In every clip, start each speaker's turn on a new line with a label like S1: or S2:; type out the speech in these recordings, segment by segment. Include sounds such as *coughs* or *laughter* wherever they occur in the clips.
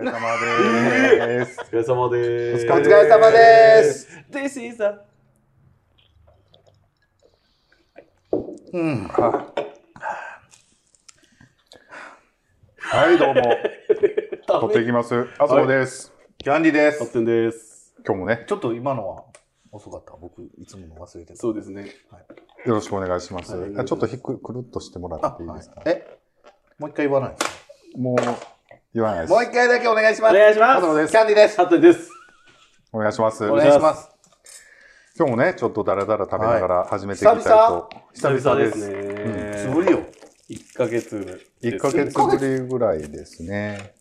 S1: れ様でーす。
S2: お疲れ様でーす。
S1: お疲れ様でーす。
S2: This is a
S1: うん。はい、どうも。撮っていきます。あそうです。キャンディで
S2: タッ
S1: す。
S2: テンです。
S1: 今日もね、
S3: ちょっと今のは遅かった。僕、いつもの忘れてた。
S2: そうですね。
S1: よろしくお願いします。
S2: はい
S1: あちょっとひっくくるっとしてもらっていいですか、
S3: あはいえもう一回言わないですか
S1: もう、言わないです。
S3: もう一回だけお願いしま
S2: お
S3: す。
S2: 願いします
S3: あそうです。キャンディです。
S2: タッテンです。
S1: お願いします。
S3: お
S2: 願い
S3: 願いします。
S1: 今日もね、ちょっとだらだら食べながら始めていきた
S3: はいい
S1: と。
S2: 久々です
S1: ね。
S3: す
S2: ね。
S3: ごいよ。
S2: 一ヶ月です。
S1: 1ヶ月ぶりぐらいですね。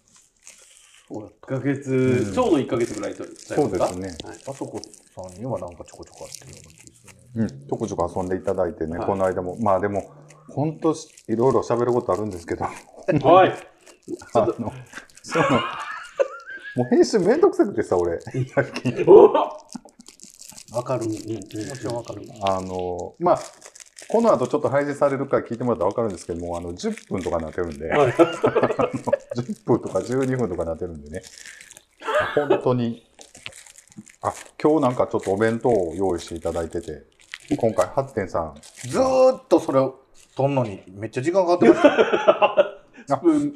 S2: 一ヶ月、ちょうど一ヶ月ぐらいと。
S1: そうですね。
S2: はい。
S3: あそこさんにはなんかちょこちょこあってるような気がする
S1: う
S3: ね。
S1: ん、ちょこちょこ遊んでいただいてね、
S2: はい
S1: この間も、まあでも、ほんとしいろいろ喋ることあるんですけど、あ
S2: はい。
S1: の、その、もう編集めんどくさくてさ、俺、
S2: おー
S3: わかる。
S2: うんうん
S3: 気持ちはわかる。
S1: あの、まあ、この後ちょっと配信されるから聞いてもらったらわかるんですけども、あの、10分とかなってるんで、
S2: はい
S1: 10分とか12分とかなってるんでね、本当に、あ、今日なんかちょっとお弁当を用意していただいてて、今回、ハッテンさん、
S3: ずーっとそれを取んのにめっちゃ時間かかってましたよ。
S1: あ
S3: スプーン、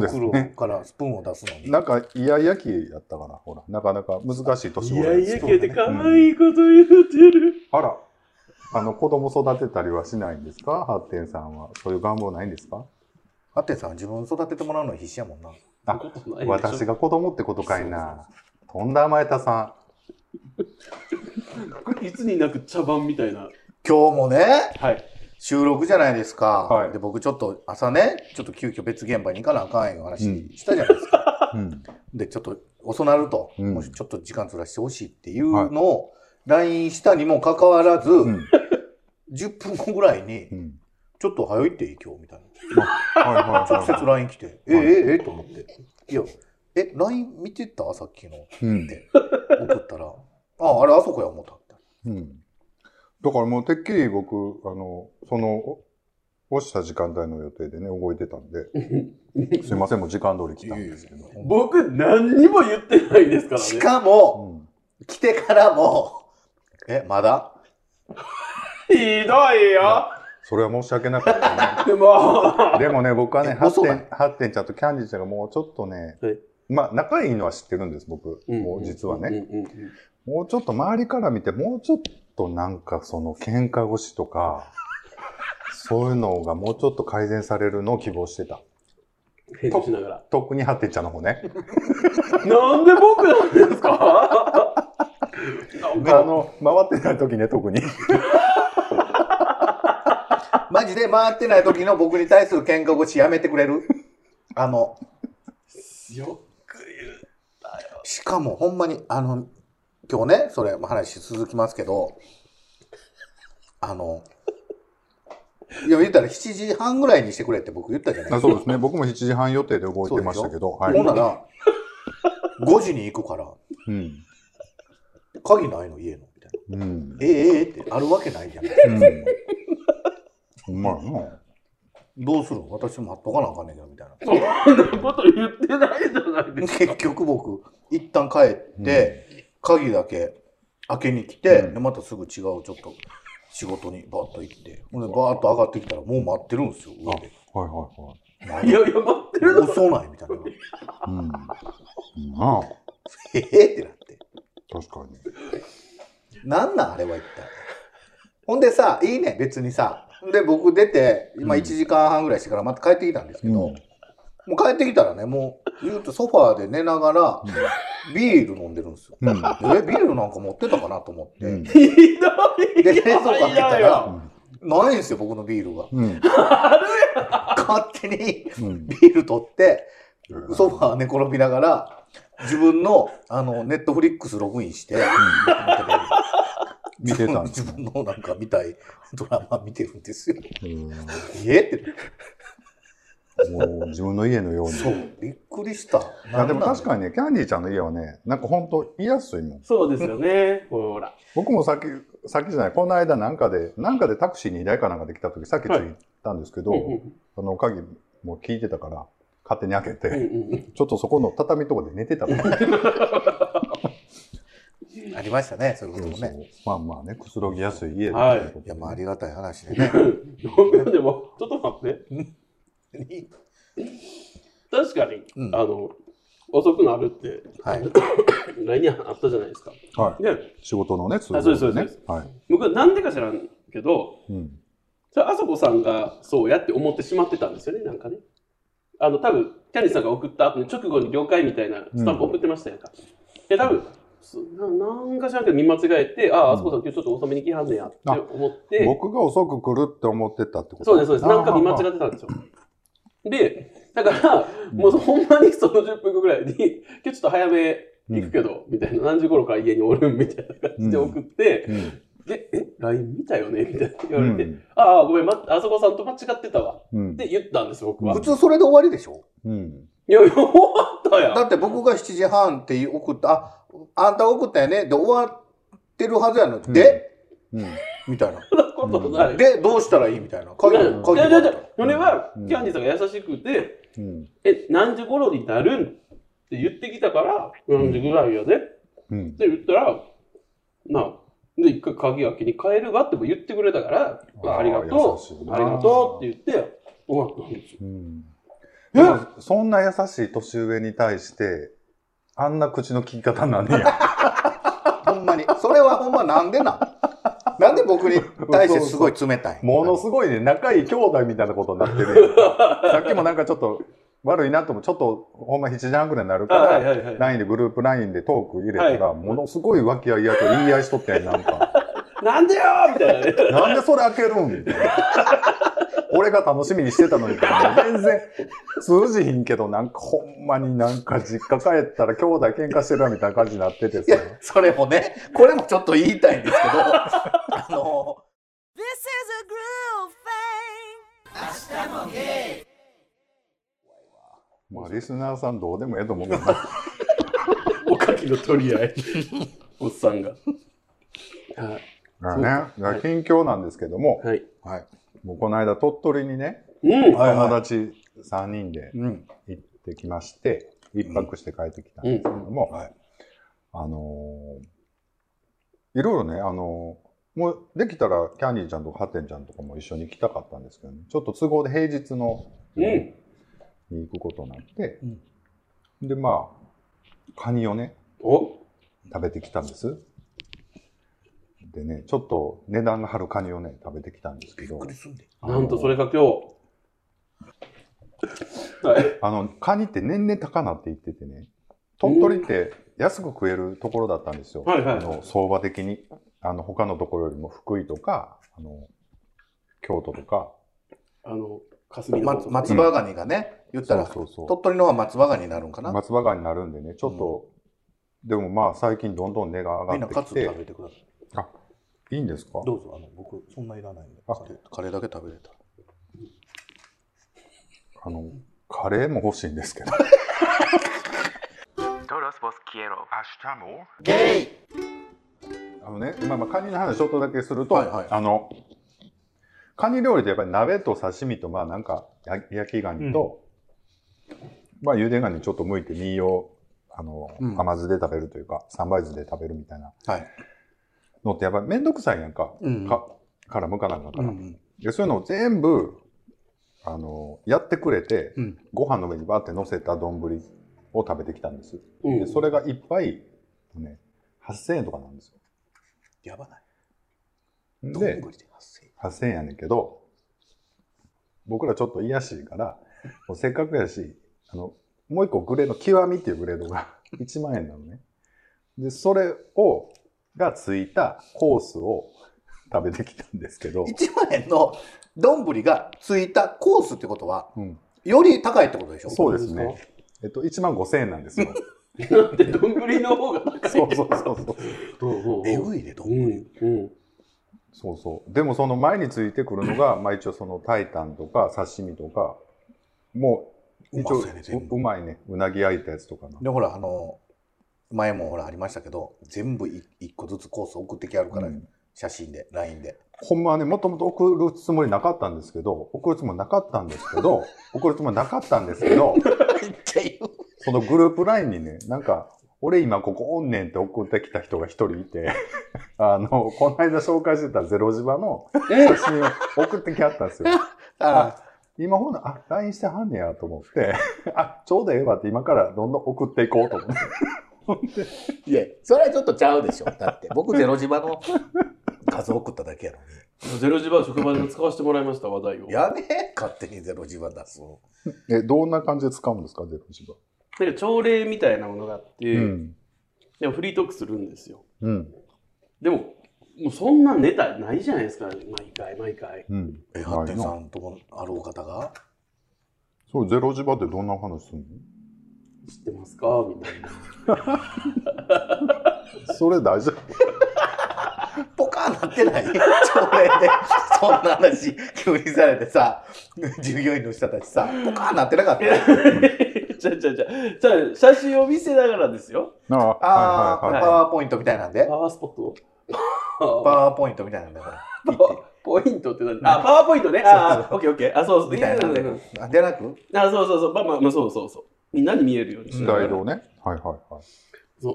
S1: ですね
S3: 袋からスプーンを出すのに。
S1: なんか、イヤイヤ期やったかな、ほら、なかなか難しい年
S2: い
S1: 頃
S2: や
S1: で
S2: い
S1: す
S2: や、けって可愛いこと言ってる。
S1: あら。あの、子供育てたりはしないんですかハッテンさんは。そういう願望ないんですか
S3: ハッテンさんは自分育ててもらうのは必死やもんな。
S1: あ
S2: ことないでしょ
S1: 私が子供ってことかいな。とんだ甘えたさ
S2: いつになく茶番みたいな。
S3: 今日もね、
S2: はい。
S3: 収録じゃないですか、
S1: はい
S3: で僕ちょっと朝ねちょっと急遽別現場に行かなあかんいう話したじゃないですか、 *laughs*
S1: ん。うん。
S3: でちょっと遅なると、
S1: うん
S3: もしちょっと時間ずらしてほしいっていうのを LINE したにもかかわらず、
S1: うん。
S3: 10分後ぐらいに
S1: うん。
S3: 「ちょっと早いっていい今日」みたい
S1: はいはい
S3: な直
S1: *laughs* は
S3: 接 LINE 来て「ええええと思って「いやえ LINE 見てたさっきの」
S1: い。うん。
S3: 送ったら「ああれあそこや思った」みたい
S1: うん。だからもうてっきり僕、あの、その、お押した時間帯の予定でね、動いてたんで、すいません、もう時間通り来たんですけど。
S3: な
S2: 僕、何にも言ってないですからね。
S3: しかも、
S1: うん。
S3: 来てからも「えまだ?」
S2: ひどいよ。
S1: それは申し訳なかったね。
S2: でも、
S1: でもね、僕はね、
S3: え
S1: ハッ
S3: 遅
S1: テ
S3: な
S1: ン、ハッテンちゃんとキャンディーちゃんがもうちょっとね
S2: はい、
S1: まあ、仲いいのは知ってるんです、僕。もう実はね。
S2: うんうんうんうん。
S1: もうちょっと周りから見て、もうちょっとなんかその喧嘩腰とか、そういうのがもうちょっと改善されるのを希望してた。
S2: 編集しながら。
S1: 特にハッテンちゃんの方ね。
S2: *laughs* なんで僕なんですかな
S1: *laughs*
S2: ん
S1: あ
S2: か、
S1: の、回ってない時ね、特に。
S3: マジで回ってない時の僕に対する喧嘩腰やめてくれる *laughs* あの、
S2: よく言う。
S3: しかもほんまに、あの、今日ね、それ話続きますけど、あの、いや、言ったら7時半ぐらいにしてくれって僕言ったじゃないです
S1: そうですね。僕も7時半予定で動いてましたけど。
S3: か。
S1: はい
S3: ほん。なら、5時に行くから、
S1: うん。
S3: 鍵ないの家の、みたいな。
S1: *laughs* うん。
S3: ええええってあるわけないじゃん。
S1: うん。ほんまやな。
S3: どうする私も待っとかなあかんねんけど、みたいな。
S2: そんなこと言ってないじゃないですか。
S3: 結局僕一旦帰って、鍵だけ開けに来て、
S1: うん
S3: でまたすぐ違うちょっと仕事にバッと行ってほんでバーッと上がってきたらもう待ってるんですよ上で
S1: はいはいはい。
S2: いやいや、待ってるの。
S3: 遅ないみたいな
S1: うん。まあ、
S3: ええってな
S1: *laughs*
S3: って
S1: 確かに。
S3: なんなんあれは一体ほんでさいいね別にさで僕出て今
S1: うん
S3: 1時間半ぐらいしてからまた帰ってきたんですけど、もう帰ってきたらねもう言うとソファーで寝ながらビール飲んでるんですよ、
S1: うん。
S3: えビールなんか持ってたかなと思って、
S1: うん
S2: ひどい。
S3: で冷蔵庫開けた
S2: いやい
S3: ら
S2: や
S3: ないんですよ僕のビールが
S1: うん。
S3: 勝手に
S1: うん。
S3: ビール取って
S1: *laughs*
S3: ソファー寝転びながら自分のあのネットフリックスログインして
S1: 見てたんで
S3: 自
S1: す *laughs*
S3: 分のなんか見たいドラマ見てるんですよ
S1: うん
S3: えって
S1: もう自分の家のように。
S3: そうびっくりした
S1: あでも確
S3: に
S1: かにね、キャンディーちゃんの家はね、なんか本当言いやすいもん。
S2: そうですよね。ほら。
S1: 僕もさっき、さっきじゃない、この間なんかで、なんかでタクシーに荷台かなんかで来た時、さっき着いたんですけど、
S2: うんうん
S1: あの、鍵も聞いてたから、勝手に開け
S2: うんう
S1: て、
S2: ん
S1: ちょっとそこの畳のとこで寝てたもんね。
S3: ありましたね、そういうこともね。
S1: まあまあね、くつろぎやすい家で、
S2: はい
S1: い
S3: いや、まああ
S1: り
S3: りがたい話でね。
S2: うん。でも、ちょっと待って。確かに、
S3: うん
S2: あの、遅くなるって、
S3: *laughs*
S2: *coughs*
S3: はい。
S2: 来年あったじゃないですか。
S1: は
S2: で、
S1: 仕事のね、通
S2: あそうですそう
S1: ね
S2: ですそ。
S1: はい。
S2: 僕、なんでか知らんけど、
S1: うん。
S2: それあそこさんがそうやって思ってしまってたんですよね、なんかね。あの、多分キャニーさんが送った後に直後に了解みたいなスタンプ送ってましたやんか。で、多分そななんか知らんけど見間違えて、ああ、あそこさん今日ちょっと遅めに来はんねやって思って、
S1: 僕が遅く来るって思ってたってこと
S2: そうです、そうです。なんか見間違ってたんですよ。で、だから、もうそほんまにその10分後ぐらいに、 *laughs* 今日ちょっと早め行くけど、みたいな、何時頃から家におるみたいな感じで送って、
S1: うん
S2: で、え、LINE 見たよねみたいな言
S1: う
S2: われ
S1: ん
S2: て、ああ、ごめん、ま、あそこさんと間違ってたわ。
S1: うん
S2: って言ったんです、僕は。
S3: 普通それで終わりでしょ
S1: うん
S2: いや、いや終わったや
S3: だ
S2: ん。
S3: って僕が7時半って送った、あ、あんた送ったよねで終わってるはずやのに。で、
S1: うん
S3: みたいな。
S2: そんなことない。で、
S3: で、どうしたらいいみたいな。書いて
S1: うん
S3: 書い
S2: いやい
S3: て
S2: やい
S3: あっ
S2: や
S3: た。、
S2: それは
S1: う、ん
S2: キャンディさんが優しくて、
S1: うん
S2: え、何時頃になるんって言ってきたから、何時ぐらいやねっ
S1: うん
S2: て言ったら、なあ、で、一回鍵開けに帰るわっても言ってくれたから、あ
S1: あー
S2: ありがと、
S1: 優しいうな
S2: ありがとうって言って、終わったんですよ。
S1: うんで
S2: え
S1: もそんな優しい年上に対して、あんな口の利き方なんね
S2: *laughs*
S1: や。
S3: ほんまに。それはほんまなんでなんなんで僕に対してすごい冷たい
S1: ものすごいね、仲いい兄弟みたいなことになって
S2: *laughs*
S1: るやんさっきもなんかちょっと悪いなとも、ちょっとほんま7時半ぐらいになる
S2: あ
S1: か
S2: はい
S1: ら、
S2: はいはい。
S1: LINE でグループ LINE でトーク入れたら、
S2: はい
S1: ものすごい和気あいあいと言い合いしとったやん、なんか。
S2: なんでよーみたいなね。
S1: なんでそれ開けるんみたいな。俺が楽しみにしてたのに、全然通じひんけど、なんかほんまになんか実家帰ったら兄弟喧嘩してるわみたいな感じになってて
S3: い
S1: さ
S3: や。、それもね、これもちょっと言いたいんですけど、あの、
S4: This is a groove thing.
S1: まあ、リスナーさんどうでもええと思うけどな。
S2: *laughs* おかきの取り合い。おっさんが。は
S1: だからね、だから近況なんですけども、
S2: い。はい。
S1: もうこの間鳥取にね、
S2: うん。
S3: はいはい
S1: 友達3人で
S3: うん。
S1: 行ってきまして、一泊して帰ってきたんですけども、
S3: はい。
S1: あのーいろいろね、あのーもうできたらキャンディーちゃんとかハテンちゃんとかも一緒に行きたかったんですけどね、ちょっと都合で平日の
S2: うん。
S1: に行くことになって、で、まあ、カニをね、
S2: お
S1: 食べてきたんです。でね、ちょっと値段が張るカニをね、食べてきたんですけど、
S3: すんで。
S2: なんとそれが今日。はい。
S1: あの、カニって年々高なっていっててね、鳥取って安く食えるところだったんですよ。
S2: はいはい
S1: あの相場的に。あの、他のところよりも福井とか、あの、京都とか。
S2: あの、霞の方
S3: 松
S2: とか
S3: 松葉ガニがね、言ったら、
S1: そうそうそう
S3: 鳥取のは松葉ガニになるんかな。
S1: 松葉ガニになるんでね、ちょっと、でもまあ最近どんどん値が
S3: み
S1: 上
S3: ん
S1: が
S3: な
S1: って
S3: カ
S1: き
S3: ツ食
S1: て、
S3: べてください。
S1: あ、いいんですか
S3: どうぞ、あの、僕、そんないらないんで。
S1: あ
S3: カレーカレーだけ食べれた。
S1: あの、カレーも欲しいんですけど。
S5: Todos vos quiero.
S3: ゲイ
S1: あのね、まあまあカニの話ちょっとだけすると、
S3: はいはい
S1: あの、カニ料理ってやっぱり鍋と刺身とまあなんかや焼きガニと、まあ茹でガニちょっと剥いて身をあの、
S3: うん
S1: 甘酢で食べるというか、三杯酢で食べるみたいな
S3: はい。
S1: のってやっぱりめんどくさいやんか。
S3: うん
S1: かからむかなんかか
S3: う
S1: ら、
S3: ん。
S1: で。そういうのを全部、あの、やってくれて、
S3: うん。
S1: ご飯の上にバーって乗せた丼を食べてきたんです。
S2: う
S1: で
S2: ん。
S1: それがいっぱい、ね、8000円とかなんです
S3: やばない。
S1: よ。
S3: どん
S1: で、
S3: ぐりで発生。
S1: 8000円やねんけど、僕らちょっと癒やしいから、もうせっかくやし、あの、もう一個グレード、極みっていうグレードが *laughs* 1万円なのね。で、それを、がついたコースを食べてきたんですけど、
S3: 1万円の丼がついたコースってことは、
S1: うん、
S3: より高いってことでしょ
S1: そうですね。えっと、1万5000円なんですよ。
S2: なんで、どんぶりの方が高い。
S1: そうそうそうそう。
S2: うん。
S3: えぐいで、どん
S2: う
S3: ぶり。
S2: ん。うん。
S1: そうそう。でもその前についてくるの
S3: *clears throat*
S1: が、まあ一応そのタイタンとか刺身とか、もう、一
S3: う
S1: 応
S3: まそうやね全部
S1: ううまいね。うなぎ焼いたやつとかな。
S3: で、ほら、あの、前もほらありましたけど、全部い一個ずつコース送ってきやるから、
S1: うん
S3: 写真で、LINE で。
S1: ほんまはね、もともと送るつもりなかったんですけど、送るつもりなかったんですけ
S3: *laughs*
S1: ど、送るつもりなかったんですけど、そのグループ LINE にね、なんか、俺今ここおんねんって送ってきた人が一人い
S3: *laughs*
S1: て、あの、この間紹介してたゼロジバの写真を送ってきはったんですよ。
S3: あ
S1: 今ほな、あ、LINE してはんねやと思って、 *laughs* あ、ちょうどええわって今からどんどん送っていこうと思って。
S3: いや、それはちょっとちゃうでしょ。だって、僕、ゼロ島の数送っただけやろ。
S2: ゼロ時場職場で使わせてもらいました、話題を。
S3: やめえ、勝手にゼロ島出すの。
S1: え、どんな感じで使うんですか、ゼロジバ。
S2: なんか朝礼みたいなものがあって、
S1: うん。
S2: でもフリートークするんですよ。
S1: うん。
S2: でも、もうそんなネタないじゃないですか、毎回毎回。
S1: うん。
S3: え、
S1: は
S3: ハ
S1: い
S3: ッテンさんとこあるお方が
S1: そう、ゼロジバってどんなお話する
S2: 知ってますかみたいな。
S1: のそれ *laughs* 大丈夫。
S3: ポカーなってない *laughs* 朝礼で、そんな話、急にされてさ、従業員の人たちさ、ポカーなってなかっ
S2: *laughs*
S3: た。
S2: じゃあじゃあじゃあじゃあ写真を見せながらですよ。
S1: ああ、
S3: あー、
S1: はいはいはい。
S3: パワーポイントみたいなんで。
S2: パワースポット
S3: パワーポイントみたいなんで、これ。
S2: パワーポイントって何あ、パワーポイントね。ああ、オッケーオッケー。あ、そうそう。
S3: みたいなんで
S2: うんうんうん。
S3: あじゃなく、
S2: あ、そうそうそう。まあまあまあ、そうそうそう。みんなに見えるようにし
S1: ス
S2: なが
S1: ラ
S2: ら
S1: イドをね。はいはいはい。
S2: そう。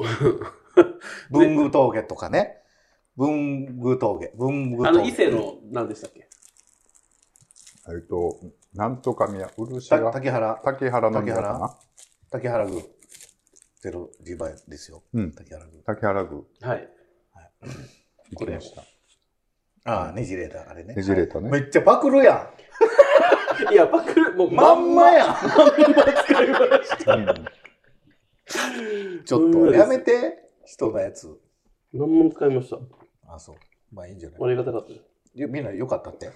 S3: 文具峠とかね。文具峠、文具
S2: あ
S3: 峠。
S2: の、伊勢の、何でしたっけ
S1: えっと、なんとか宮、漆
S3: た
S1: が
S3: 竹原、
S1: 竹原の宮か
S3: 竹
S1: な
S3: 竹原宮。ゼロリバイですよ。
S1: うん
S3: 竹原宮。
S1: 竹原宮。
S2: はい。
S1: 行きました。
S3: ああ、ねじれた、あれね
S1: ね。じれたね。
S3: めっちゃパクるや。
S2: いや、パクる、もうん
S3: まんまやん。
S2: 使いました。
S3: ちょっ
S2: うん
S3: と、やめて、人のやつ。
S2: まんま使いました。
S3: あ、そう。まあいいんじゃない
S2: ありがたかったです。
S3: ゆみんな良かったって。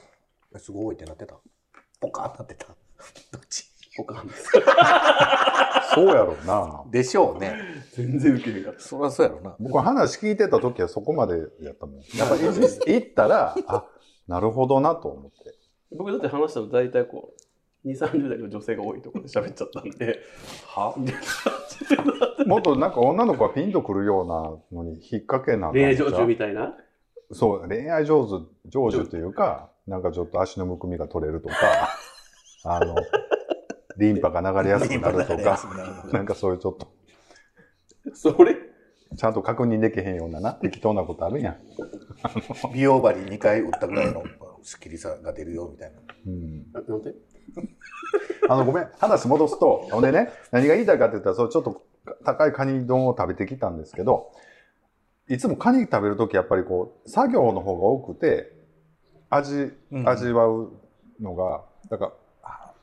S3: すごいってなってた。ポカーンなってた。 *laughs* どっち
S2: ポカンです。
S1: そうやろうな。
S3: でしょうね。
S2: 全然ウケなかっ
S3: そりゃそうやろな。
S1: 僕話聞いてた時はそこまでやったもん。やっぱり *laughs* 行ったら、あ、なるほどなと思って。
S2: た。僕だって話したの大体こう、2、30代の女性が多いところで喋っちゃったんで、
S3: は
S1: *laughs* もっとなんか女の子がピンとくるようなのに引っ掛けなんか
S2: 恋愛
S1: ちゃ
S2: 情
S1: う
S2: 中みたいな。
S1: そう、恋愛上手、上手というか、なんかちょっと足のむくみが取れる *laughs* とか、あの、リンパが流れやすくなるとか、なんかそういうちょっと、
S2: それ
S1: ちゃんと確認できへんようなな、適当なことあるやん。
S3: 美容針2回打ったぐらいのスッキリさが出るよみたいな。
S1: うん
S2: あなんで
S1: あの、ごめん、話戻すと、ほんでね、何が言いたいかって言ったら、そうちょっと高いカニ丼を食べてきたんですけど、いつもカニ食べるとき、やっぱりこう、作業の方が多くて、味、
S3: うん
S1: 味わうのが、だから、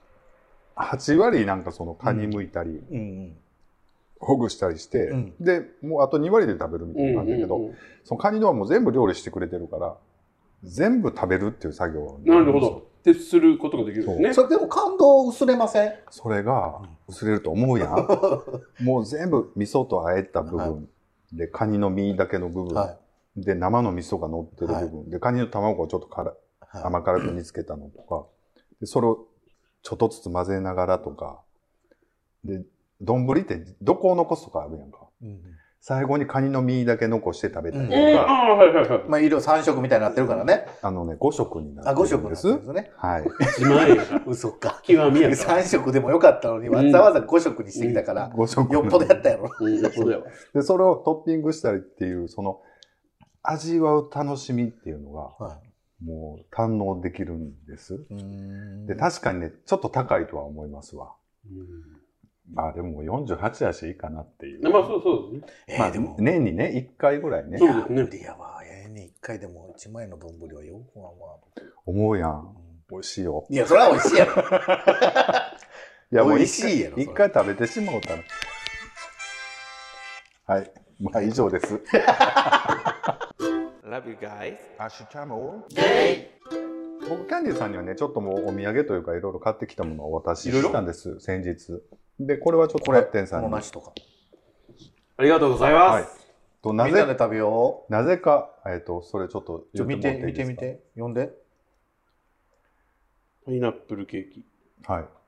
S1: 8割なんかそのカニ剥いたり、
S3: うん
S1: ほぐしたりして、
S3: うん
S1: で、もうあと2割で食べるみたいな感じだけど、
S2: うんうんうん
S1: そのカニ丼はもう全部料理してくれてるから、全部食べるっていう作業
S2: なるほ。ど。ってすることができるんで
S3: うん。
S2: すね。
S3: それでも感動薄れません
S1: それが薄れると思うやん。
S3: *laughs*
S1: もう全部味噌とあえた部分、
S3: は
S1: でカニの身だけの部分、
S3: は
S1: で生の味噌が乗ってる部分、でカニの卵をちょっと辛
S3: い。は
S1: 甘辛く煮つけたのとか、でそれをちょっとずつ混ぜながらとか、で丼ってどこを残すとかあるやんか。
S3: い。うん
S1: 最後にカニの身だけ残して食べたりとか、
S3: う
S2: うん、ああー、はいはいはい。
S3: まあ色3色みたいになってるからね。
S1: あのね、5色にな
S3: あ、
S1: って
S3: 5
S1: る
S3: 色
S1: ん
S3: で
S1: ですす。
S3: ですね。
S1: はい。
S2: 自前やから。
S3: 嘘か。
S2: 極みやから。
S3: 3色でもよかったのに、わざわざ5色にしてきたから、
S1: 5色
S3: よっぽどやったやろ。
S2: うん、そうだよ。
S1: で、それをトッピングしたりっていう、その、味わう楽しみっていうのが、
S3: は
S1: もう堪能できるんです。
S3: い。うん
S1: で、確かにね、ちょっと高いとは思いますわ。まあでも48やしいいかなっていう。
S2: うんまあ、そうそうですね。
S3: え
S1: まあ
S3: ー、でも、
S1: 年にね、1回ぐらいね
S2: そ、うで
S3: 無
S2: すね。
S3: 理やわ。ええね、一回でも一万円の丼はよくわんわ。
S1: 思うやん。
S3: う
S1: 美味しいよ。
S3: んいや、それは美味しいやろ。
S1: いや、もう
S3: 美味
S1: 一回
S3: しいやろ
S1: 一回食べてしまうたら。はい。まあ以上
S3: *laughs*
S1: です。
S2: Love you guys.
S1: アッシュチャム僕、キャンディーさんにはね、ちょっともうお土産というか、いろいろ買ってきたものをお渡ししたんです、先日。で、これはちょっと、
S3: これ、
S1: ハッテンさん
S3: も
S1: に
S3: な。しとか。
S2: ありがとうございます。
S1: とな
S3: みん
S1: ぜ
S3: なで食べよ
S1: なぜか、えっ、と、それちょっと
S3: う。ちょ、見て、見て、
S1: て
S3: 見て。読んで。
S2: パイナップルケーキ。
S1: もらっていいですか。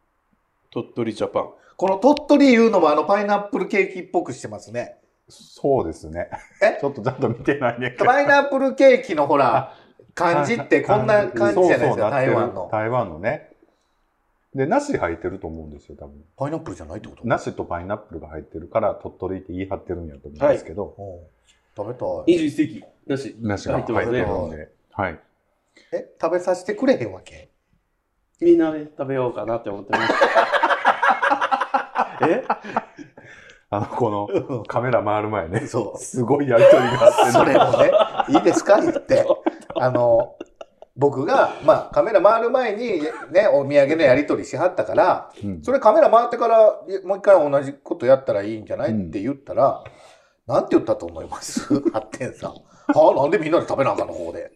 S2: 鳥取ジャパン。
S3: この鳥取いうのもあのパイナップルケーキっぽくしてますね。
S1: はい。そうですね *laughs*
S3: え。
S1: ちょっとちゃんと見てないね。 *laughs*
S3: パイナップルケーキのほら、漢字ってこんな感じじゃないですか、
S1: そうそうって
S3: 台
S1: る
S3: 湾の。
S1: 台湾のね。で、梨入ってると思うんですよ、多分。
S3: パイナップルじゃないってこと
S1: 梨とパイナップルが入ってるから、鳥取って言い張ってるんやと思うんですけど、
S3: うん食べたい。
S2: 21世紀なし。
S1: 梨が入ってるんで、はい。
S3: え、食べさせてくれへんわけ
S2: みんなで食べようかなって思ってます。 *laughs* え
S1: あの、このカメラ回る前ね、
S3: そう。
S1: すごいやりとりがあって、
S3: それもね、いいですか言って。あの、僕が、まあ、カメラ回る前に、ね、お土産のやり取りしはったから、
S1: うん
S3: それカメラ回ってから、いやもう一回同じことやったらいいんじゃない、
S1: うん
S3: って言ったら、なんて言ったと思います *laughs* 発展さん。はあ、なんでみんなで食べなあかんの方で。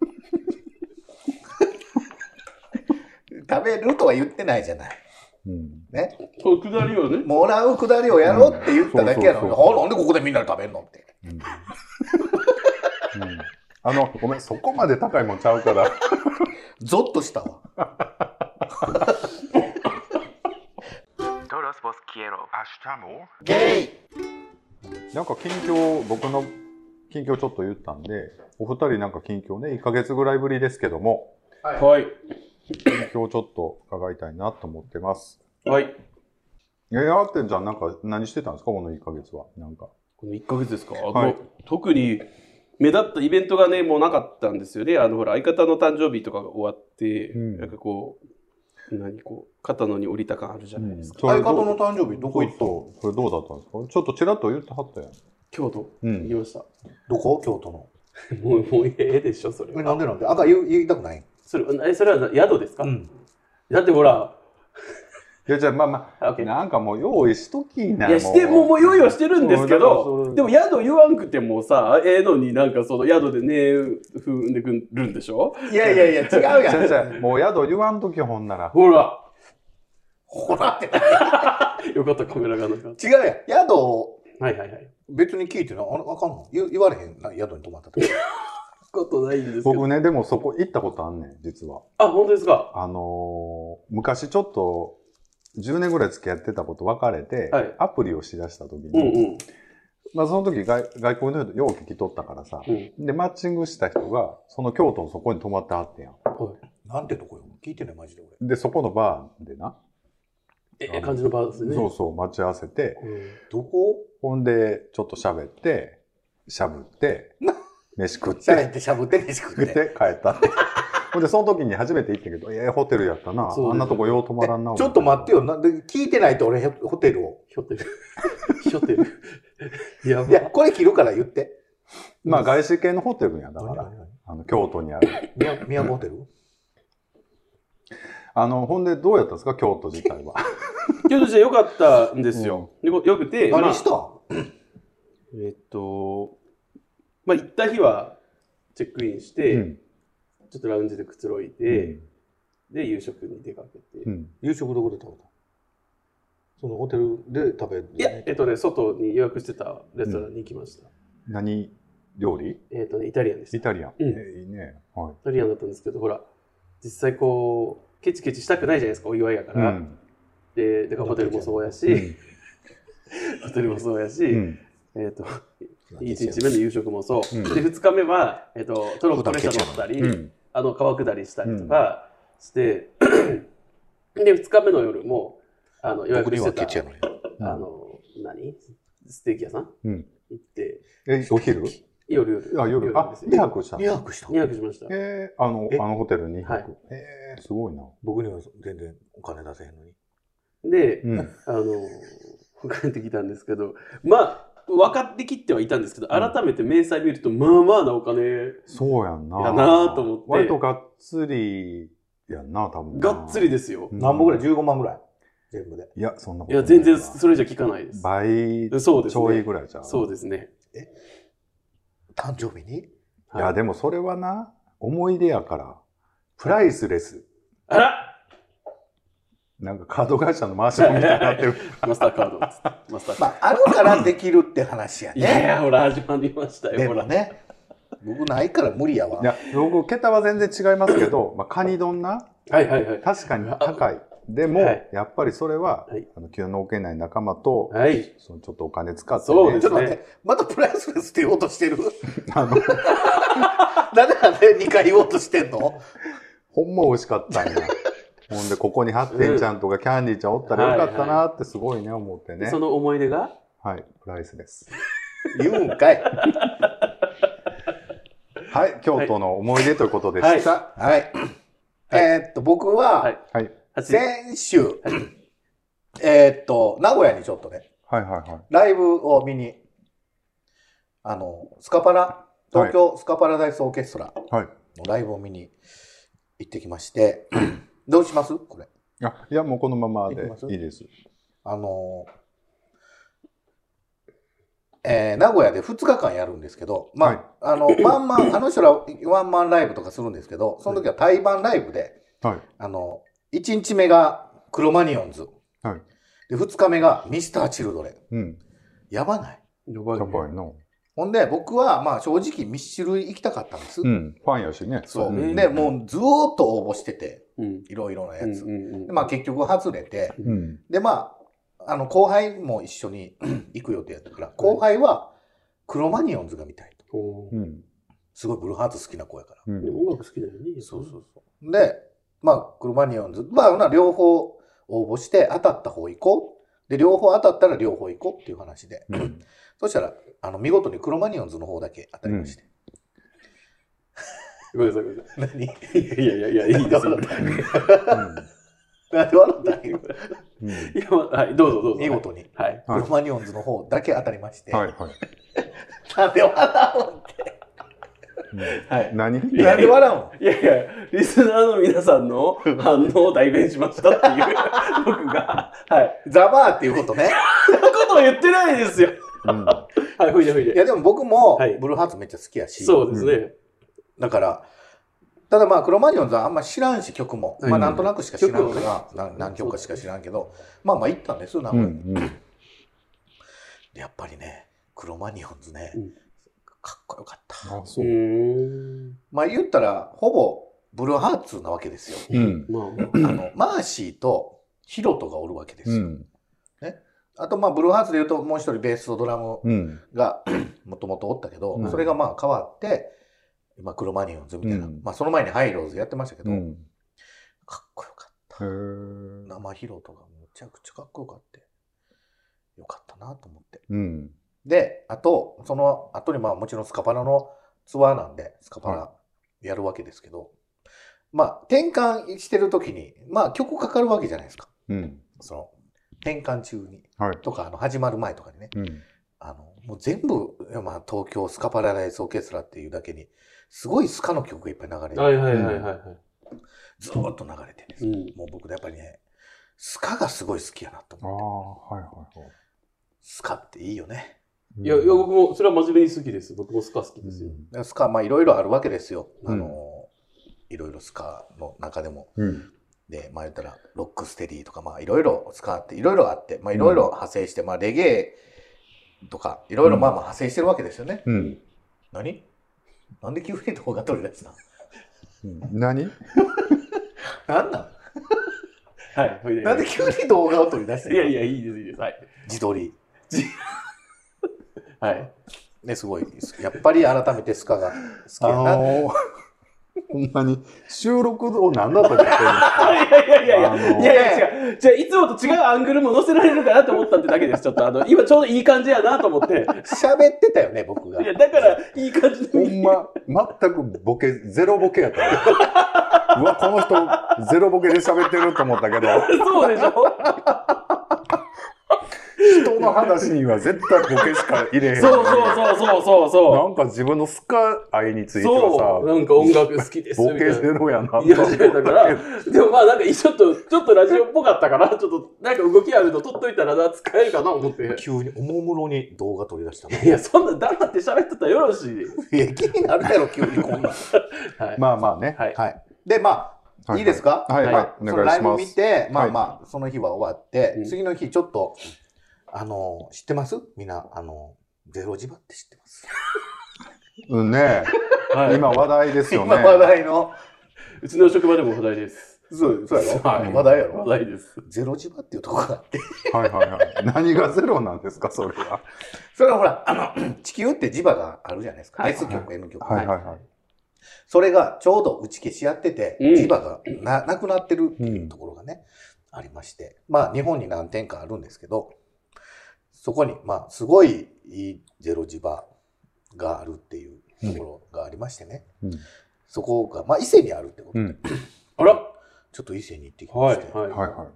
S3: 食べるとは言ってないじゃない。
S1: うん
S3: ね。
S2: このくだりをね。
S3: もらうくだりをやろうって言っただけやの
S1: う
S3: に、
S1: んそうそうそう
S3: はあ、なんでここでみんなで食べんのって。
S1: うんうんあの、ごめん、そこまで高いもんちゃうから。
S3: ゾッとしたわ。
S5: Todos vos quiero.
S3: ゲイ
S1: なんか近況、僕の近況ちょっと言ったんで、お二人なんか近況ね、1ヶ月ぐらいぶりですけども、
S2: はい。
S1: 近況ちょっと伺いたいなと思ってます。
S2: はい。
S1: いや、あってんちゃん、なんか何してたんですかこの1ヶ月は。なんか。
S2: この1ヶ月ですか、
S1: はい
S2: もう特に目立ったイベントがね、もうなかったんですよね。あの、ほら、相方の誕生日とかが終わって、
S1: うん
S2: なんかこう、何こう、肩のに降りた感あるじゃないですか。
S1: それ
S3: 相
S1: ど
S3: 方の誕生日どこ行ったの
S1: これどうだったんですかちょっとちらっと言ってはったやん。
S2: 京都
S1: う
S2: 行き
S1: ん。
S2: ました。
S3: どこ京都の。
S2: もう、もうええでしょ、それ
S3: え、
S2: は。
S3: なんでなんであかん言う言いたくない
S2: それはえそれは宿ですか、
S3: ん。
S2: だってほら、
S1: いや、じゃあまあま
S2: あ OK
S1: あ、なんかもう用意しときない
S2: やしてもうもう用意はしてるんですけ
S1: うんだからそ
S2: ど
S1: れ
S2: でも宿言わんくてもさええのになんかその宿でね踏んでくるんでしょ
S3: いやいやいや、違う *laughs* や
S1: じゃあじ
S3: ん。
S1: ゃあもう宿言わんときほんなら。
S2: ほら
S3: ほらって。
S2: よかったカメラがなかっ
S3: 違うやん。宿を
S2: たはいはいはい
S3: 別に聞いてな、あれ、あかんの言う言われへんな、宿に泊まった *laughs* 時。
S2: ことないんですけど
S1: 僕ね、でもそこ行ったことあんねん、実は。
S2: あ本当ですかは
S1: あのー昔ちょっと、10年ぐらい付き合ってたこと別れて、
S2: はい
S1: アプリをしだした時に、
S2: うんうん
S1: まあその時外外国の人よう聞き取ったからさ、
S2: うん
S1: で、マッチングした人が、その京都のそこに泊まってはってんやん。
S3: なんてとこよ。聞いてない、マジで俺。
S1: で、そこのバーでな、
S2: ええ感じのバーですね
S1: そうそう、待ち合わせて、
S2: うん
S3: どこ
S1: ほんで、ちょっと喋って、しゃぶっ
S2: *laughs*
S1: て、飯食っ、
S3: しゃべっててしゃぶって飯食
S1: 食
S3: っ。
S1: ってて
S3: *laughs*
S1: 帰った
S2: *laughs*
S1: って。ほんで、その時に初めて行ったけど、ええホテルやったな。
S2: そう
S1: あんなとこよう泊まらんな。
S3: ちょっと待ってよ。なんで聞いてないと俺、ホホテルを。
S2: ひょってるひょってるや
S3: *laughs* いや、
S2: ば
S3: これ切るから言って。
S1: まあ、外資系のホテルやだか
S3: 何
S1: ら
S3: 何、何
S1: あの、京都にある。
S3: 宮宮古ホテル
S1: あの、ほんで、どうやったんですか、京都自体は。
S2: 京都じゃ良かったん *laughs* ですよ、でこよくてまあ
S3: 何した
S2: えっとまあ行った日はチェックインして、
S1: うん
S2: ちょっとラウンジでくつろいで、で、夕食に出かけて。
S1: うん
S3: 夕食どこで食べたそのホテルで食べる。
S2: いや、えっとね、外に予約してたレストランに行きました。
S1: 何料理
S2: えっとね、イタリアンです。
S1: イ
S2: イ
S1: タリアン。
S2: うん
S1: ええいいね。はい。
S2: タリアンだったんですけど、ほら、実際こう、ケチケチしたくないじゃないですか、お祝いやか
S1: う
S2: ら。
S1: ん
S2: で、でホテルもそうやし、ホテルもそうやし、
S1: うん
S2: えっと、1日目の夕食もそう。
S1: うん
S2: で、2日目は、えっと、トロッコ列車乗ったり、
S1: うん
S2: あの、川下りしたりとかして、で、2日目の夜も、あの、予約
S3: 僕に
S2: して
S3: は
S2: た
S3: ケチ、やのに。
S2: あの、何ステーキ屋さん
S1: うん
S2: 行って、
S1: え、お昼
S2: 夜夜。
S1: あ、夜。あ
S2: で、す
S1: 2泊したの
S3: 二泊した
S2: 二泊しました。
S1: えー、あの、
S3: え
S1: あのホテルに2
S2: はい
S1: 泊。えー、すごいな。
S3: 僕には全然お金出せへんのに。
S2: で、
S1: うん。
S2: あの、帰ってきたんですけど、まあ、分かってきってはいたんですけど、
S1: うん
S2: 改めて明細見ると、まあまあなお金、
S1: そうやんな。
S2: やなと思って
S1: 割とがっつりやんな、多分。
S2: がっつりですよ。
S1: うん
S3: 何本ぐらい ?15 万ぐらい全部で。
S1: いや、そんなこ
S2: い
S1: とな
S2: や、
S1: わ
S2: 全然それじゃ聞かないです。
S1: 倍
S2: そうです
S1: ちょい
S2: ね。
S1: ぐらいじゃん。
S2: そうですね。
S3: 誕生日に
S1: いや、でもそれはな、思い出やから、プライスレス。
S2: あら
S1: なんかカード会社の回し込みみたいになっ
S2: *laughs*
S1: てる。
S2: マスターカードです。マスターカー
S3: まあ、あるからできるって話や
S2: ド。いやい
S3: ね。
S2: や、ほら、始まりましたよ、
S3: で
S2: ほ
S3: も
S2: ら。
S3: ね、僕ないから無理やわ
S1: い。や、僕、桁は全然違いますけど、まあ、カニ丼な、
S2: はいはいはい。
S1: 確かに高い。でも、
S2: はい
S1: やっぱりそれは、
S2: はい
S1: あの、気の農けない仲間と、
S2: はい。
S1: そのちょっとお金使って、
S2: そう
S1: ね
S2: で
S3: ち
S2: す
S3: ょっと待っ
S2: ね。
S3: て、またプライスレスって言おうとしてる。
S1: あの、
S3: *laughs* なんでなんで2回言おうとしてん *laughs* の
S1: ほんま美味しかったんや。ほんで、ここにハッテンちゃんとかキャンディーちゃんおったらよかったなってすごいね、思ってね
S2: そ。の思い出が
S1: はい、プライスです。
S3: 言うんかい。
S1: はい、京都の思い出ということでした。
S3: はい。えーっと、僕
S2: は、
S3: はい
S1: はい、
S2: 初
S3: 先週、えーっと、名古屋にちょっとね、
S1: はい、はい、はい。
S3: ライブを見に、あの、スカパラ、東京スカパラダイスオーケストラ
S1: はい
S3: のライブを見に行ってきま *clears throat* して、どうしますこれ。
S1: あいや、もうこのままで
S3: いきます
S1: いいです。
S3: あの、えー名古屋で2日間やるんですけど、まあ、
S1: はい
S3: あ
S1: *coughs*
S3: の、ワンマン、あの人らワンマンライブとかするんですけど、その時は対バンライブで、
S1: はい。
S3: あの、1日目がクロマニオンズ。
S1: はい
S3: で、2日目がミスター・チルドレン。
S1: うん。
S3: やばない。
S2: やば
S1: やばいな。
S3: ほんで、僕は、まあ正直ミスチル行きたかったんです。
S1: うん。ファンやしね。
S3: そう。
S1: ん
S3: で、もうずーっと応募してて、
S2: うん。
S3: いろいろなや
S2: うん
S3: つ。
S2: うん
S3: でまあ結局外れて、
S1: うん。
S3: で、まあ、あの、後輩も一緒に *clears throat* 行く予定やったから、後輩はクロマニオンズが見たいと。
S2: おー
S1: うん。
S3: すごいブルーハーツ好きな子やから。
S1: う
S2: で
S1: ん。
S2: も音楽好きだよね。
S3: そうそうそう。で、まあ、クロマニオンズ、まあ、ほな両方応募して当たった方行こう。で、両方当たったら両方行こうっていう話で。
S1: うん
S3: そしたら、あの、見事にクロマニオンズの方だけ当たりまして。
S2: ごめんなさい、ごめんなさ
S3: 何
S2: い。いやいやいや、いいですよ。
S3: なんで笑ったん今
S1: うん
S2: いや、まあはい、どうぞどうぞ。
S3: 見事に。
S2: はい。
S3: クロマニオンズの方だけ当たりまして。
S1: はい、はい
S3: なんで笑うの
S1: うん。
S2: はい。
S1: 何
S3: なんで笑うの
S2: いやいや、リスナーの皆さんの反応を代弁しましたっていう、 *laughs* 僕が、はい。
S3: ザバーっていうことね。
S2: そんなことを言ってないですよ。
S1: うん
S2: はい、ふいでふい
S3: い
S2: で。
S3: や、でも僕も
S2: はい、
S3: ブルーハーツめっちゃ好きやし。
S2: そうですね。
S3: だから、ただまあ、クロマニオンズはあんま知らんし、曲も。
S2: はい
S3: まあ、なんとなくしか知らん
S2: 曲を
S3: か
S2: ね
S3: ら、な何曲かしか知らんけど、まあまあ、行ったんですよ、名
S1: う
S3: 古屋
S1: ん。うん。
S3: でやっぱりね、クロマニオンズね
S2: うん、
S3: かっこよかった。
S1: あ、そうう。
S2: ーん。
S3: まあ、言ったら、ほぼ、ブルーハーツなわけですよ。
S1: うん。
S2: まあ、
S3: あの、マーシーとヒロトがおるわけです
S1: う
S3: よ。
S1: ん。
S3: あと、まあ、ブルーハーツで言うと、もう一人ベースとドラム
S1: うん。
S3: が、 *clears throat* もともとおったけど、
S1: うん
S3: それがまあ変わって、まあ、クロマニオンズみたいな。
S1: うん
S3: まあ、その前にハイローズやってましたけど、
S1: うん。
S3: かっこよかった。
S1: へー
S3: 生披露とかむちゃくちゃかっこよかって、よかったなと思って。
S1: うん。
S3: で、あと、その後にまあもちろんスカパラのツアーなんで、スカパラ
S1: は
S3: やるわけですけど、まあ転換してる時に、まあ曲かかるわけじゃないですか。
S1: うん。
S3: その転換中に。
S1: はい。
S3: とか、あの始まる前とかにね。
S1: うん。
S3: あの、もう全部、まあ東京スカパラダイスオーケストラっていうだけに、すごいスカの曲がいっぱい流れ
S2: は
S3: て、
S2: いはいはいはい。は
S3: ずーっと流れてるん
S2: い。
S3: です
S2: うん。
S3: もう僕やっぱりね、スカがすごい好きやなと
S1: ああ、
S3: 思って。
S1: はいはいはい。
S3: スカっていいよね。
S1: うん
S2: いや、いや、僕も、それは真面目に好きです。僕もスカ好きですよ。
S1: う
S3: だからスカ、まあいろいろあるわけですよ。
S1: うん
S3: あの、いろいろスカの中でも。
S1: ん。
S3: で、まあ言ったら、ロックステディとか、まあいろいろスカっていろいろあって、まあいろいろ派生して、まあレゲエとか、いろいろまあまあ派生してるわけですよね。
S1: うん。
S3: 何なんで急に動画撮り出すな
S1: うん何
S3: なんなん
S2: はい、ふいで。
S3: なんで急に動画を撮り出して
S2: いやい
S3: や。
S2: や、いいです、いいです。はい。
S3: 自撮り。
S2: はい。
S3: ね、すごい。やっぱり改めてスカが好き
S1: あ
S3: やな。
S1: のー、ほんまに収録を何だと思ってるんですか
S2: いやいやいやい
S1: あの
S2: や、いやいや違う。じゃあ、いつもと違うアングルも載せられるかなと思ったってだけです。ちょっと、あの、今ちょうどいい感じやなと思って。
S3: 喋ってたよね、僕が
S2: い。や、だから、いい感じ
S1: ほ
S2: で。
S1: んま、全くボケ、ゼロボケやった。うわ、この人、ゼロボケで喋ってると思ったけど、
S2: *laughs* そうでしょ
S1: 人の話には絶対ボケしか入れへん。
S2: そうそうそうそうそう
S1: な
S2: そ。
S1: んか自分のスカ愛についうては
S2: そう。な
S1: さ、
S2: んか音楽好きですみ
S1: ボ
S2: たい
S1: ケ
S2: な。
S1: ゼロやなと
S2: いや、だから、でもまあなんか、ちょっと、ちょっとラジオっぽかったから、ちょっと、なんか動きあるの撮っといたらな、使えるかな思って。
S3: 急におもむろに動画撮り出したの。
S2: いや、そんな黙って喋ってたらよろし *laughs* い。
S3: いや気になるやろ、急にこんなん。
S2: はい。
S1: まあまあね。
S2: はい。
S3: はい。で、まあ、
S1: はい
S3: いいですか
S1: はい、はい、
S2: はい
S1: お
S3: そのラ
S1: 願い
S3: イ
S1: し
S3: ブ
S1: ま
S3: 見
S1: す。
S3: て、まあ
S1: はい
S3: まあ、その日は終わって、
S2: うん
S3: 次の日ちょっと、あの、知ってますみんな、あの、ゼロ島って知ってます、
S1: うんね、
S2: はい
S1: 今話題ですよね。
S3: 今話題の、
S2: うちの職場でも話題です。
S3: そう、そうやろ、
S2: はい
S3: 話題や
S2: 話
S3: ろ
S2: 題です。
S3: ゼロ磁場っていうとこがあって。
S1: はいはいはい。何がゼロなんですか、それは。
S3: それはほら、あの、 *clears throat* 地球って磁場があるじゃないですか。
S2: はい
S3: S 極、M 極。
S1: はいはいはい。
S3: それがちょうど打ち消し合ってて、
S2: うん
S3: 磁場がななくなってるっていうところがね、ありまして。まあ、日本に何点かあるんですけど、そこに、まあ、すごいいいゼロ磁場があるっていうところがありましてね。
S1: うん
S3: そこが、まあ、伊勢にあるってことで、
S1: うん
S2: あら
S3: ちょっと伊勢に行ってきま
S2: は
S3: して。
S2: い、はい。
S1: はいは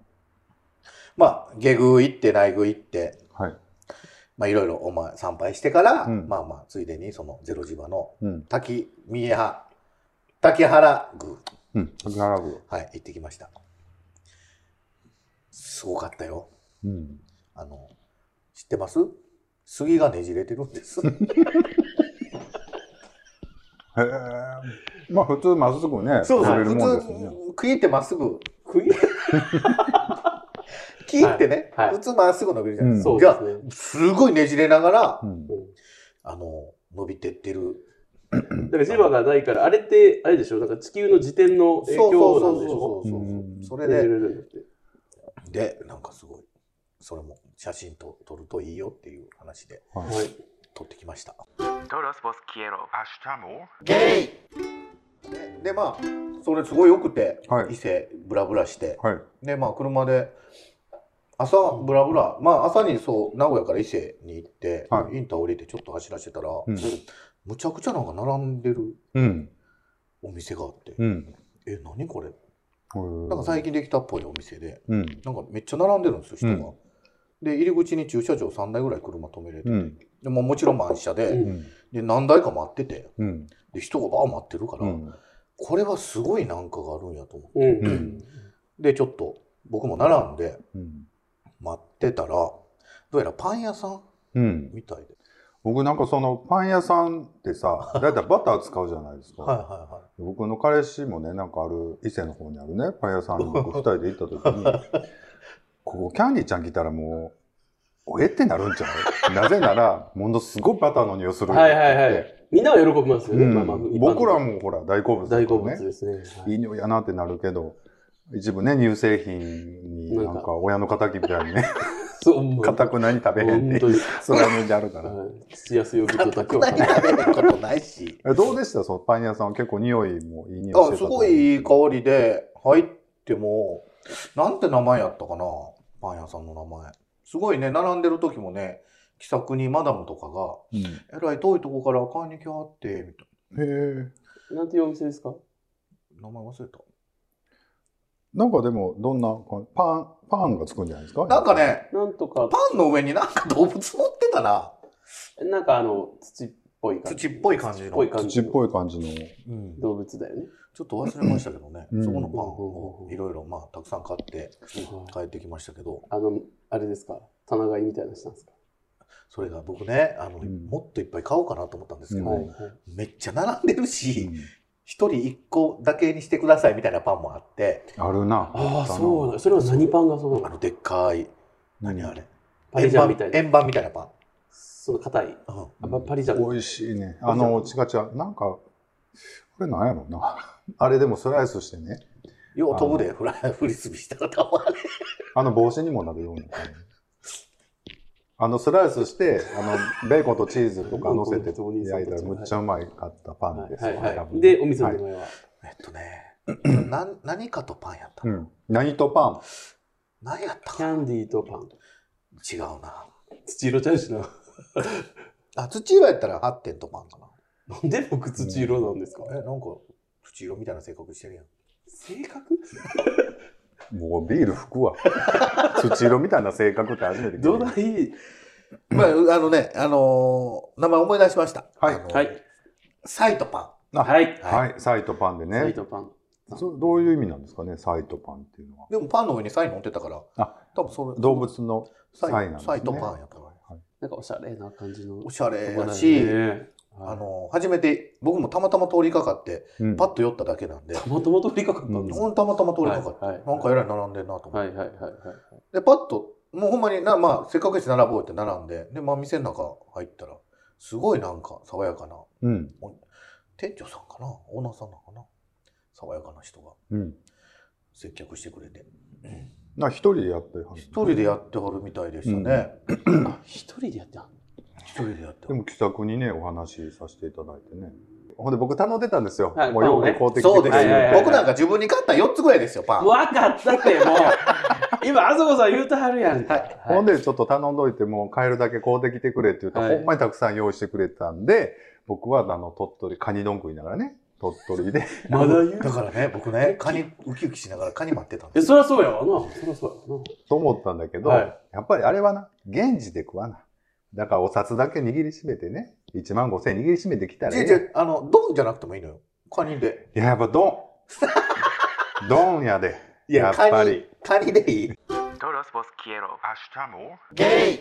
S3: まあ、下宮行って、内宮行って、
S1: い。はい。
S3: まあ、いろいろお前参拝してから、
S1: うん
S3: まあまあ、ついでにそのゼロ磁場の
S1: うん。
S3: 滝三重派、滝原宮、
S1: うん。並ぶよ。
S3: はい、行ってきました。すごかったよ。
S1: うん。
S3: あの、知ってます杉がねじれてるんです。
S1: へえ。まあ普通まっすぐね、
S3: そうそう。
S1: れるもん
S3: 普
S1: です
S3: 通
S1: よね。、
S3: 区切ってまっすぐ、
S2: 釘
S3: 切ってね、
S2: はいはい
S3: 普通まっすぐ伸びるじゃないですか。
S2: そうですね。
S3: すごいねじれながら
S1: う、ん。
S3: あの、伸びてってる。
S2: だから磁場がないから、あれって、あれでしょなんか地球の時点の影響なんでしょ
S3: そうそうそうそうそう
S1: うん
S3: そ
S2: そ
S3: れで、
S2: で、
S3: で、なんかすごい、それも写真と撮るといいよっていう話で
S2: はい。
S3: 撮ってきました。
S5: Todos vos quiero. Hasta more.
S3: ゲイでで、まあ、それすごい良くて、
S1: はい
S3: 伊勢ブラブラして、
S1: はい。
S3: で、まあ、車で、朝、ブラブラ、まあ、朝にそう、名古屋から伊勢に行って、
S1: は
S3: インター降りてちょっと走らせてたら、
S1: うん
S3: むちゃくちゃなんか並んでる
S1: うん。
S3: お店があって、
S1: うん。
S3: え、何これ
S1: な
S3: なんか最近できたっぽいお店で、
S1: うん。
S3: なんかめっちゃ並んでるんですよ、人が。
S1: うん
S3: で、入り口に駐車場3台ぐらい車止めれてて、
S1: うん
S3: でもうもちろん満車で、
S2: う
S1: うん。
S3: で、何台か待ってて、
S1: うん。
S3: で、人がバーッ待ってるから、
S1: うん。
S3: これはすごいなんかがあるんやと思って。
S2: う。
S1: うんん。
S3: で、ちょっと僕も並んで
S1: うん。
S3: 待ってたら、どうやらパン屋さん
S1: うん。
S3: みたいで。
S1: 僕なんかそのパン屋さんってさ、だいたいバター使うじゃないですか。
S3: はいはいは
S1: 僕の彼氏もね、なんかある、伊勢の方にあるね、パン屋さんに僕二人で行った時に、
S2: *laughs*
S1: ここキャンディちゃん来たらもう、おえってなるんちゃうなぜなら、ものすごいバターの匂いする。
S2: はいはいはい。みんなは喜びますよ
S1: う
S2: ね。
S1: ん
S2: まあまあ、一般的に
S1: 僕らもほら、大好物だ
S2: 大好
S1: か
S2: 物
S1: らね。
S2: ですね。
S1: いい匂いやなってなるけど、一部ね、乳製品になんか親の敵みたいに
S2: *laughs*
S1: ね、
S2: そう、もう
S1: かたくなに食べへんっ
S2: 本
S1: て
S2: 当、に。
S1: 貫いてあるから。
S2: はい土屋ヨーグルトだけ
S3: い。
S2: は
S3: 何食べることないし。
S1: えどうでしたそのパン屋さんは結構匂いもいい匂いしてたと思う
S3: *laughs* あ、すごいいい香りで、入っても、なんて名前やったかなパン屋さんの名前。すごいね、並んでる時もね、気さくにマダムとかが、
S1: うんへ
S3: えらい遠いとこから買いに来はって、みたい
S1: え。
S2: *laughs* なんていうお店ですか
S3: な。名前忘れた。
S1: なんかでも、どんな感じ、パン、パンがつくんじゃないですか
S3: なんか、ね、
S2: なんとか、
S3: パンの上になんか動物乗ってたな。
S2: なんかあの、土っぽい感じ。
S3: 土っぽい感じの
S2: 土っぽい感
S1: 土
S2: じ
S1: っぽい感じの。
S3: うん
S2: 動物だよね。
S3: ちょっと忘れましたけどね、
S1: うん
S3: そこのパンをいろいろ、まあ、たくさん買って帰ってきましたけど、
S2: あの、あれですか棚買いみたいなのしたんですか
S3: それが僕ね、あの、
S1: うん
S3: もっといっぱい買おうかなと思ったんですけど、
S1: うん
S2: はいはい。
S3: めっちゃ並んでる
S1: う
S3: し、
S1: ん
S3: 一、人一個だけにしてくださいみたいなパンもあって、
S1: あるな。
S2: ああ、そうなんそれは何パンがそ
S3: あ
S2: の、
S3: の、でっかい、何あれ、
S2: パリ
S3: 円
S2: ジャン
S3: 盤
S2: み
S3: み
S2: た
S3: た
S2: い
S3: い
S2: な
S3: な。。円盤みたいなパン。
S2: その硬い。
S3: うん
S2: あパパリジャン。
S1: 美味しいね。あの、ちかちゃん、なんか、これなんやろうな。 *laughs* あれでもスライスしてね。
S3: よう飛ぶで、フライ、 *laughs* フリスビーしたらたまれ。
S1: あの帽子にもなるような感じ。あのスライスして、あの、ベーコンとチーズとか乗せて
S2: お兄さん
S1: 焼
S2: た
S1: い
S2: ち
S1: たらむっちゃうまいかったパン
S2: はい
S1: です。
S2: はい
S1: 多
S2: は
S1: 分
S2: い。で、お店の名
S1: はい
S2: 前は。
S3: えっとね、 *clears throat* なん何かとパンやった。
S1: うん。何とパ
S3: 何やった
S2: キ
S3: か
S2: ャンディーとパン。
S3: 違うな。
S2: 土色ちゃうしな。
S3: あ、土色やったら8点とパンかな。
S2: なんで僕土色なんですか
S3: え、なんか、土色みたいな性格してるやん。
S2: 性格
S1: ン。もうビール吹くわ。 *laughs* 土色みたいな性格って初めて聞いた
S2: どない
S3: まあ、あのね、あのー名前思い出しました。
S1: はい
S3: あの
S2: はい。
S3: サイトパ
S2: はい。
S3: ン。
S1: はい、サイとパンで
S2: サ
S1: ね
S2: イ。とパン。
S1: それどういう意味なんですかね、サイとパンっていうのは。
S3: でもパンの上にサイ乗ってたから、
S1: あ
S3: 多分それ、
S1: 動物の
S3: サイ
S1: サイなんですね
S3: サイトパンやったから。
S2: なんかおしゃれな感じの。
S3: おしゃれや
S2: と
S3: し
S2: こ、だよね
S3: あ、の、初めて、僕もたまたま通りかかって、
S1: うん
S3: パッと寄っただけなんで、
S2: たまたま通りかかったんです
S3: ほんとたまたま通りかかって、
S2: はいはい
S3: なんかえらい並んでんなと思って。
S2: はいはいはいはい。
S3: で、パッと、もうほんまにな、まあ、せっかくやし並ぼうって並んで、で、まあ、店の中入ったら、すごいなんか爽やかな、
S1: うん。
S3: 店長さんかなオーナーさんなのかな爽やかな人が。
S1: うん。
S3: 接客してくれて
S1: な一人でやってはる
S3: 一人でやってはるみたいでしたね、
S2: あ一人でやってはん
S3: 一人でやって
S1: で
S3: はる
S1: も気さくにねお話しさせていただいてねほんで僕頼んでたんですよ、
S2: はい
S1: もうよ
S2: パンをね
S1: く買うてきて
S3: そうで
S1: く
S3: す
S1: れ
S3: よ、
S1: る
S2: はいはいはい
S3: 僕なんか自分に買った4つぐらいですよパン
S2: 分かったってもう今あそこさん言うてはるやんか、はい
S1: ほんでちょっと頼んどいてもう買えるだけ買うてきてくれって言ったら、
S2: はい
S1: ほんまにたくさん用意してくれたんで僕はあの鳥取カニ丼食いながらね鳥取で
S2: まだ言う
S3: だからね僕ねカニウキウキしながらカニ待ってたんで
S2: え
S3: す
S2: そりゃそうやわなそりゃそうやわな
S1: と思ったんだけど、
S2: はい
S1: やっぱりあれはな現地で食わなだからお札だけ握りしめてね1万5千円握りしめてきたら
S3: じゃ
S1: ええ
S3: じ
S1: や
S3: ゃ
S1: んい
S3: あのドンじゃなくてもいいのよカニで
S1: ややっぱ丼丼やでやっぱり
S3: カニカニでいい
S5: Todos vos quiero. Hasta more.
S3: ゲイ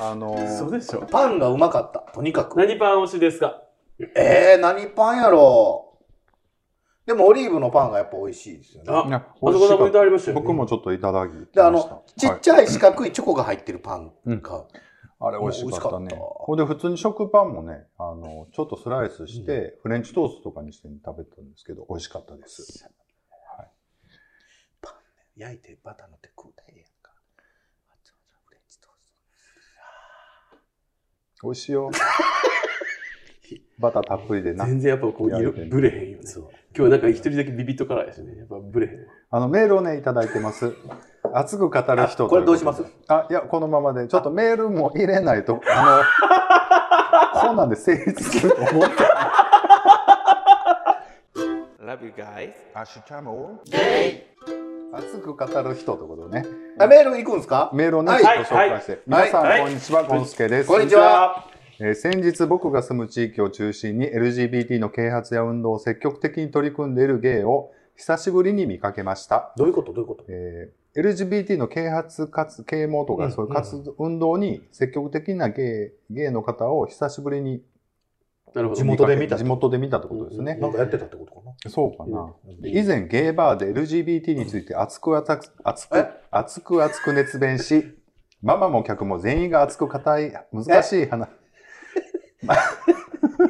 S1: あのー
S2: そうでしょ
S3: パンがうまかったとにかく
S2: 何パン推しですか
S3: えー、何パンやろでもオリーブのパンがやっぱ美味しいですよね
S2: あ
S1: いや
S2: あそこさんも言うてはりましたよ、ね、
S1: 僕もちょっといただきました
S3: であのちっちゃい四角いチョコが入ってるパン
S1: うん
S3: が、
S1: あれ美味しかったね
S3: 美味しかった
S1: ほんで普通に食パンもねあのちょっとスライスして、フレンチトーストとかにして食べたんですけど美味しかったです
S3: 焼いてバターのって食うたらええやんかあちょちょフレンチトース
S1: 美味しいよ *laughs* バターたっぷりでな
S2: 全然やっぱこう色ブレへんよね
S3: そう
S2: 今日なんか一人だけビビットカラーやしねやっぱブレへん
S1: あのメールをねいただいて
S3: *laughs*
S1: ます熱く語る人
S3: あこれどう
S1: と
S3: し
S1: い
S3: ま
S1: こ
S3: す
S1: とであいやこのままでちょっとメールも入れない
S3: *laughs*
S1: とあのこんなんで成立すると思って
S5: Love you guys. Hasta more.
S1: 熱く語る人ということでね
S3: トあメール行くんですか
S1: メールをね、
S3: はい
S1: ちょっと紹介して、皆さん、
S2: はい
S1: こんにちは、ゴンスケです
S3: こんにちは
S1: えー先日僕が住む地域を中心に LGBT の啓発や運動を積極的に取り組んでいるゲイを久しぶりに見かけました。
S3: どういうことどういうこと
S1: えー LGBT の啓発かつ啓蒙と
S3: うん
S1: かそういう活動、運動に積極的なゲイゲイの方を久しぶりに
S2: なるほど
S3: 地元で見た
S1: 地元で見たってことですね。
S2: うん
S3: なんかやってたってことかな
S1: そうかな。
S3: うん
S1: 以前ゲイバーで LGBT について熱く熱く熱く
S3: え
S1: 熱く熱く熱弁し、ママも客も全員が熱く硬い難しい話。ま *laughs*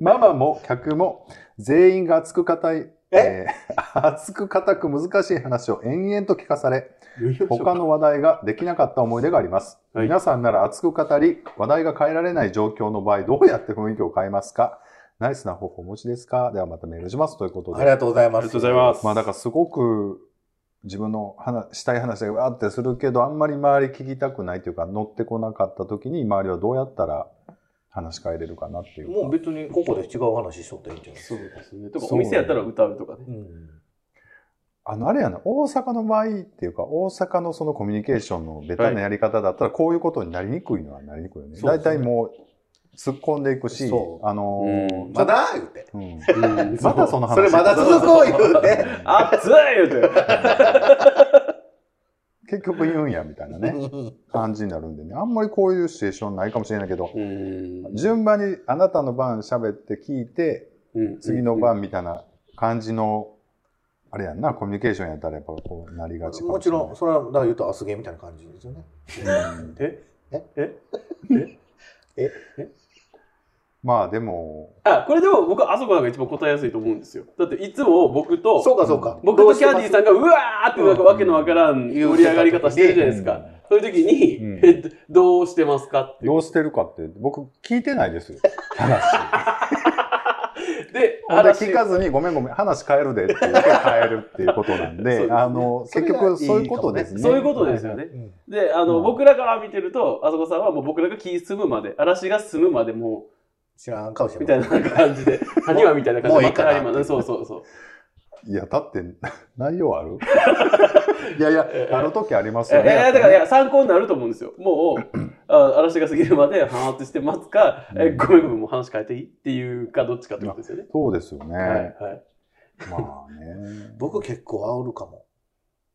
S1: ママも客も全員が熱く硬い、
S3: え
S1: ー熱く硬く難しい話を延々と聞かされ、他
S2: 他の
S1: の話題ができなかった思い出があります。
S2: はい
S1: 皆さんなら熱く語り、話題が変えられない状況の場合、どうやって雰囲気を変えますかナイスな方法お持ちですかではまたメールしますということ
S3: あり
S1: で。
S3: がとうございます
S2: ありがとうございます
S1: まあだからすごく自分の話したい話がわーってするけど、あんまり周り聞きたくないというか、乗ってこなかった時に周りはどうやったら話変えれるかなっていうか。
S3: もう別にここで違う話しとったらいいんじゃない
S2: そうですねとかお店やったら歌うとかね
S3: うん
S1: あの、あれやな、大阪の場合っていうか、大阪のそのコミュニケーションのベタなやり方だったら、こういうことになりにくいのはなりにくいよね。
S3: そうで
S1: 大
S3: すね
S1: 体もう、突っ込んでいくし
S3: そ、う
S1: あのー
S2: うん
S1: ちょ
S3: ま
S1: っと
S3: だ言うて
S1: うん
S2: うん
S1: まだその話。
S3: それまだ続こう言うて
S2: 熱い言うて
S1: *laughs* 結局言うんや、みたいなね、感じになるんでね。あんまりこういうシチュエーションないかもしれないけど、
S2: うん
S1: 順番にあなたの番喋って聞いて、
S2: うん
S1: 次の番みたいな感じの、あれやんな、コミュニケーションやったらやっぱこうなりがちか
S3: も
S1: し
S3: ち
S1: れな
S3: ろんそれはだから言うとアスゲーみたいな感じですよね
S1: いうん
S2: え
S3: え
S2: え
S1: まあでも、
S2: あこれでも僕はあそこなんか一番答えやすいと思うんですよだっていつも僕と
S3: そうかそうか
S2: 僕とキャンディーさんがうわーってなんかわけのわからん
S3: うん
S2: 盛り上がり方してるじゃないです
S1: う
S2: か
S1: ん。
S2: そういう時に、
S1: うん
S2: えどうしてますかっていう
S1: どうしてるかって、僕聞いてない
S2: *laughs*
S1: ですよ。話。
S2: で、
S1: ほんで
S2: 話
S1: 聞かずに、ごめんごめん、話変えるでって言って変えるっていうことなんで、
S2: そうですね
S1: あの、
S3: そ
S1: 結
S3: れが
S1: 局そういうことですね。
S2: そういうことですよね。
S3: うん
S2: で、あの、
S1: うん
S2: 僕らから見てると、あそこさんはもう僕らが気済むまで、嵐が済むまでも
S3: 知らん顔して
S2: う、みたいな感じで、何はみたいな感じ
S3: もう
S2: で、
S3: いいかな
S2: また今ねそうそうそう。
S1: いや、だって、内容あ
S2: *laughs*
S1: るいやいや、あの時あります
S2: え
S1: よね。
S2: いやだからいや参考になると思うんですよ。も
S3: *clears throat*
S2: う、あ嵐が過ぎるまで、はーってして待つか、えごめんごめん、もう話変えていいっていうか、どっちかってことですよね。
S1: そうですよね。
S2: はいはい。
S1: まあね。
S3: 僕結構煽るかも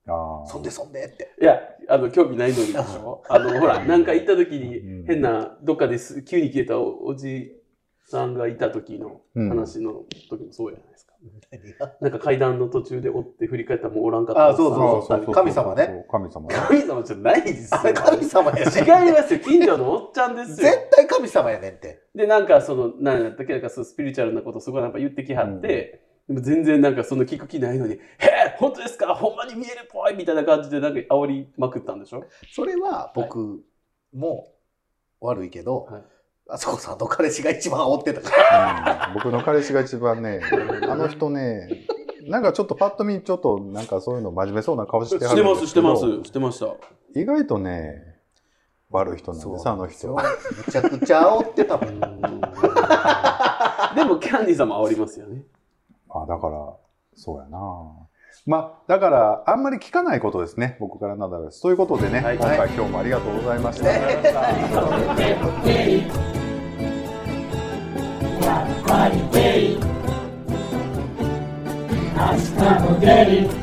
S1: あ
S3: そんでそんでって
S2: *laughs* いや、あの、興味ないのにでしょ。あの、ほら、なんか行った時
S1: う
S2: に
S1: ん、
S2: 変な、どっかです、急に消えたおおじさんがいた時の
S1: うん
S2: 話の時もそうじゃないですか。なんか階段の途中で追って振り返ったらもうおらんかった。
S3: あそうそう神様ね。
S1: 神様ね。
S2: 神様じゃないですよ
S3: あ。れ神様やし
S2: 違いますよ。近所のおっちゃんですよ。
S3: 絶対神様やねんって
S2: で、なんかその、何やったっけ、なんかそうスピリチュアルなことすごいなんか言ってきはって、でも全然なんかその聞く気ないのに、へえ、本当ですかほんまに見えるっぽいみたいな感じでなんか煽りまくったんでしょ
S3: それは僕も悪いけど、
S2: はい
S3: あそこさんの彼氏が一番煽ってたから
S1: うん僕の彼氏が一番
S2: *laughs*
S1: ね、あの人ね、なんかちょっとパッと見、ちょっとなんかそういうの真面目そうな顔しては
S2: して
S1: るん
S2: ま、
S1: です
S2: し
S1: け
S2: て
S1: ど
S2: ます、してました。
S1: 意外とね、悪い人なんです、あの人。
S3: むちゃくちゃ煽ってたもん。
S1: *laughs*
S2: でもキャンディーさんも煽りますよね。
S1: あ、だから、そうやな。まあ、だから、あんまり聞かないことですね、僕からなんだです。ということでね、
S2: はい
S1: 今回、今日もありがとうございました。
S6: Hasta Modelli.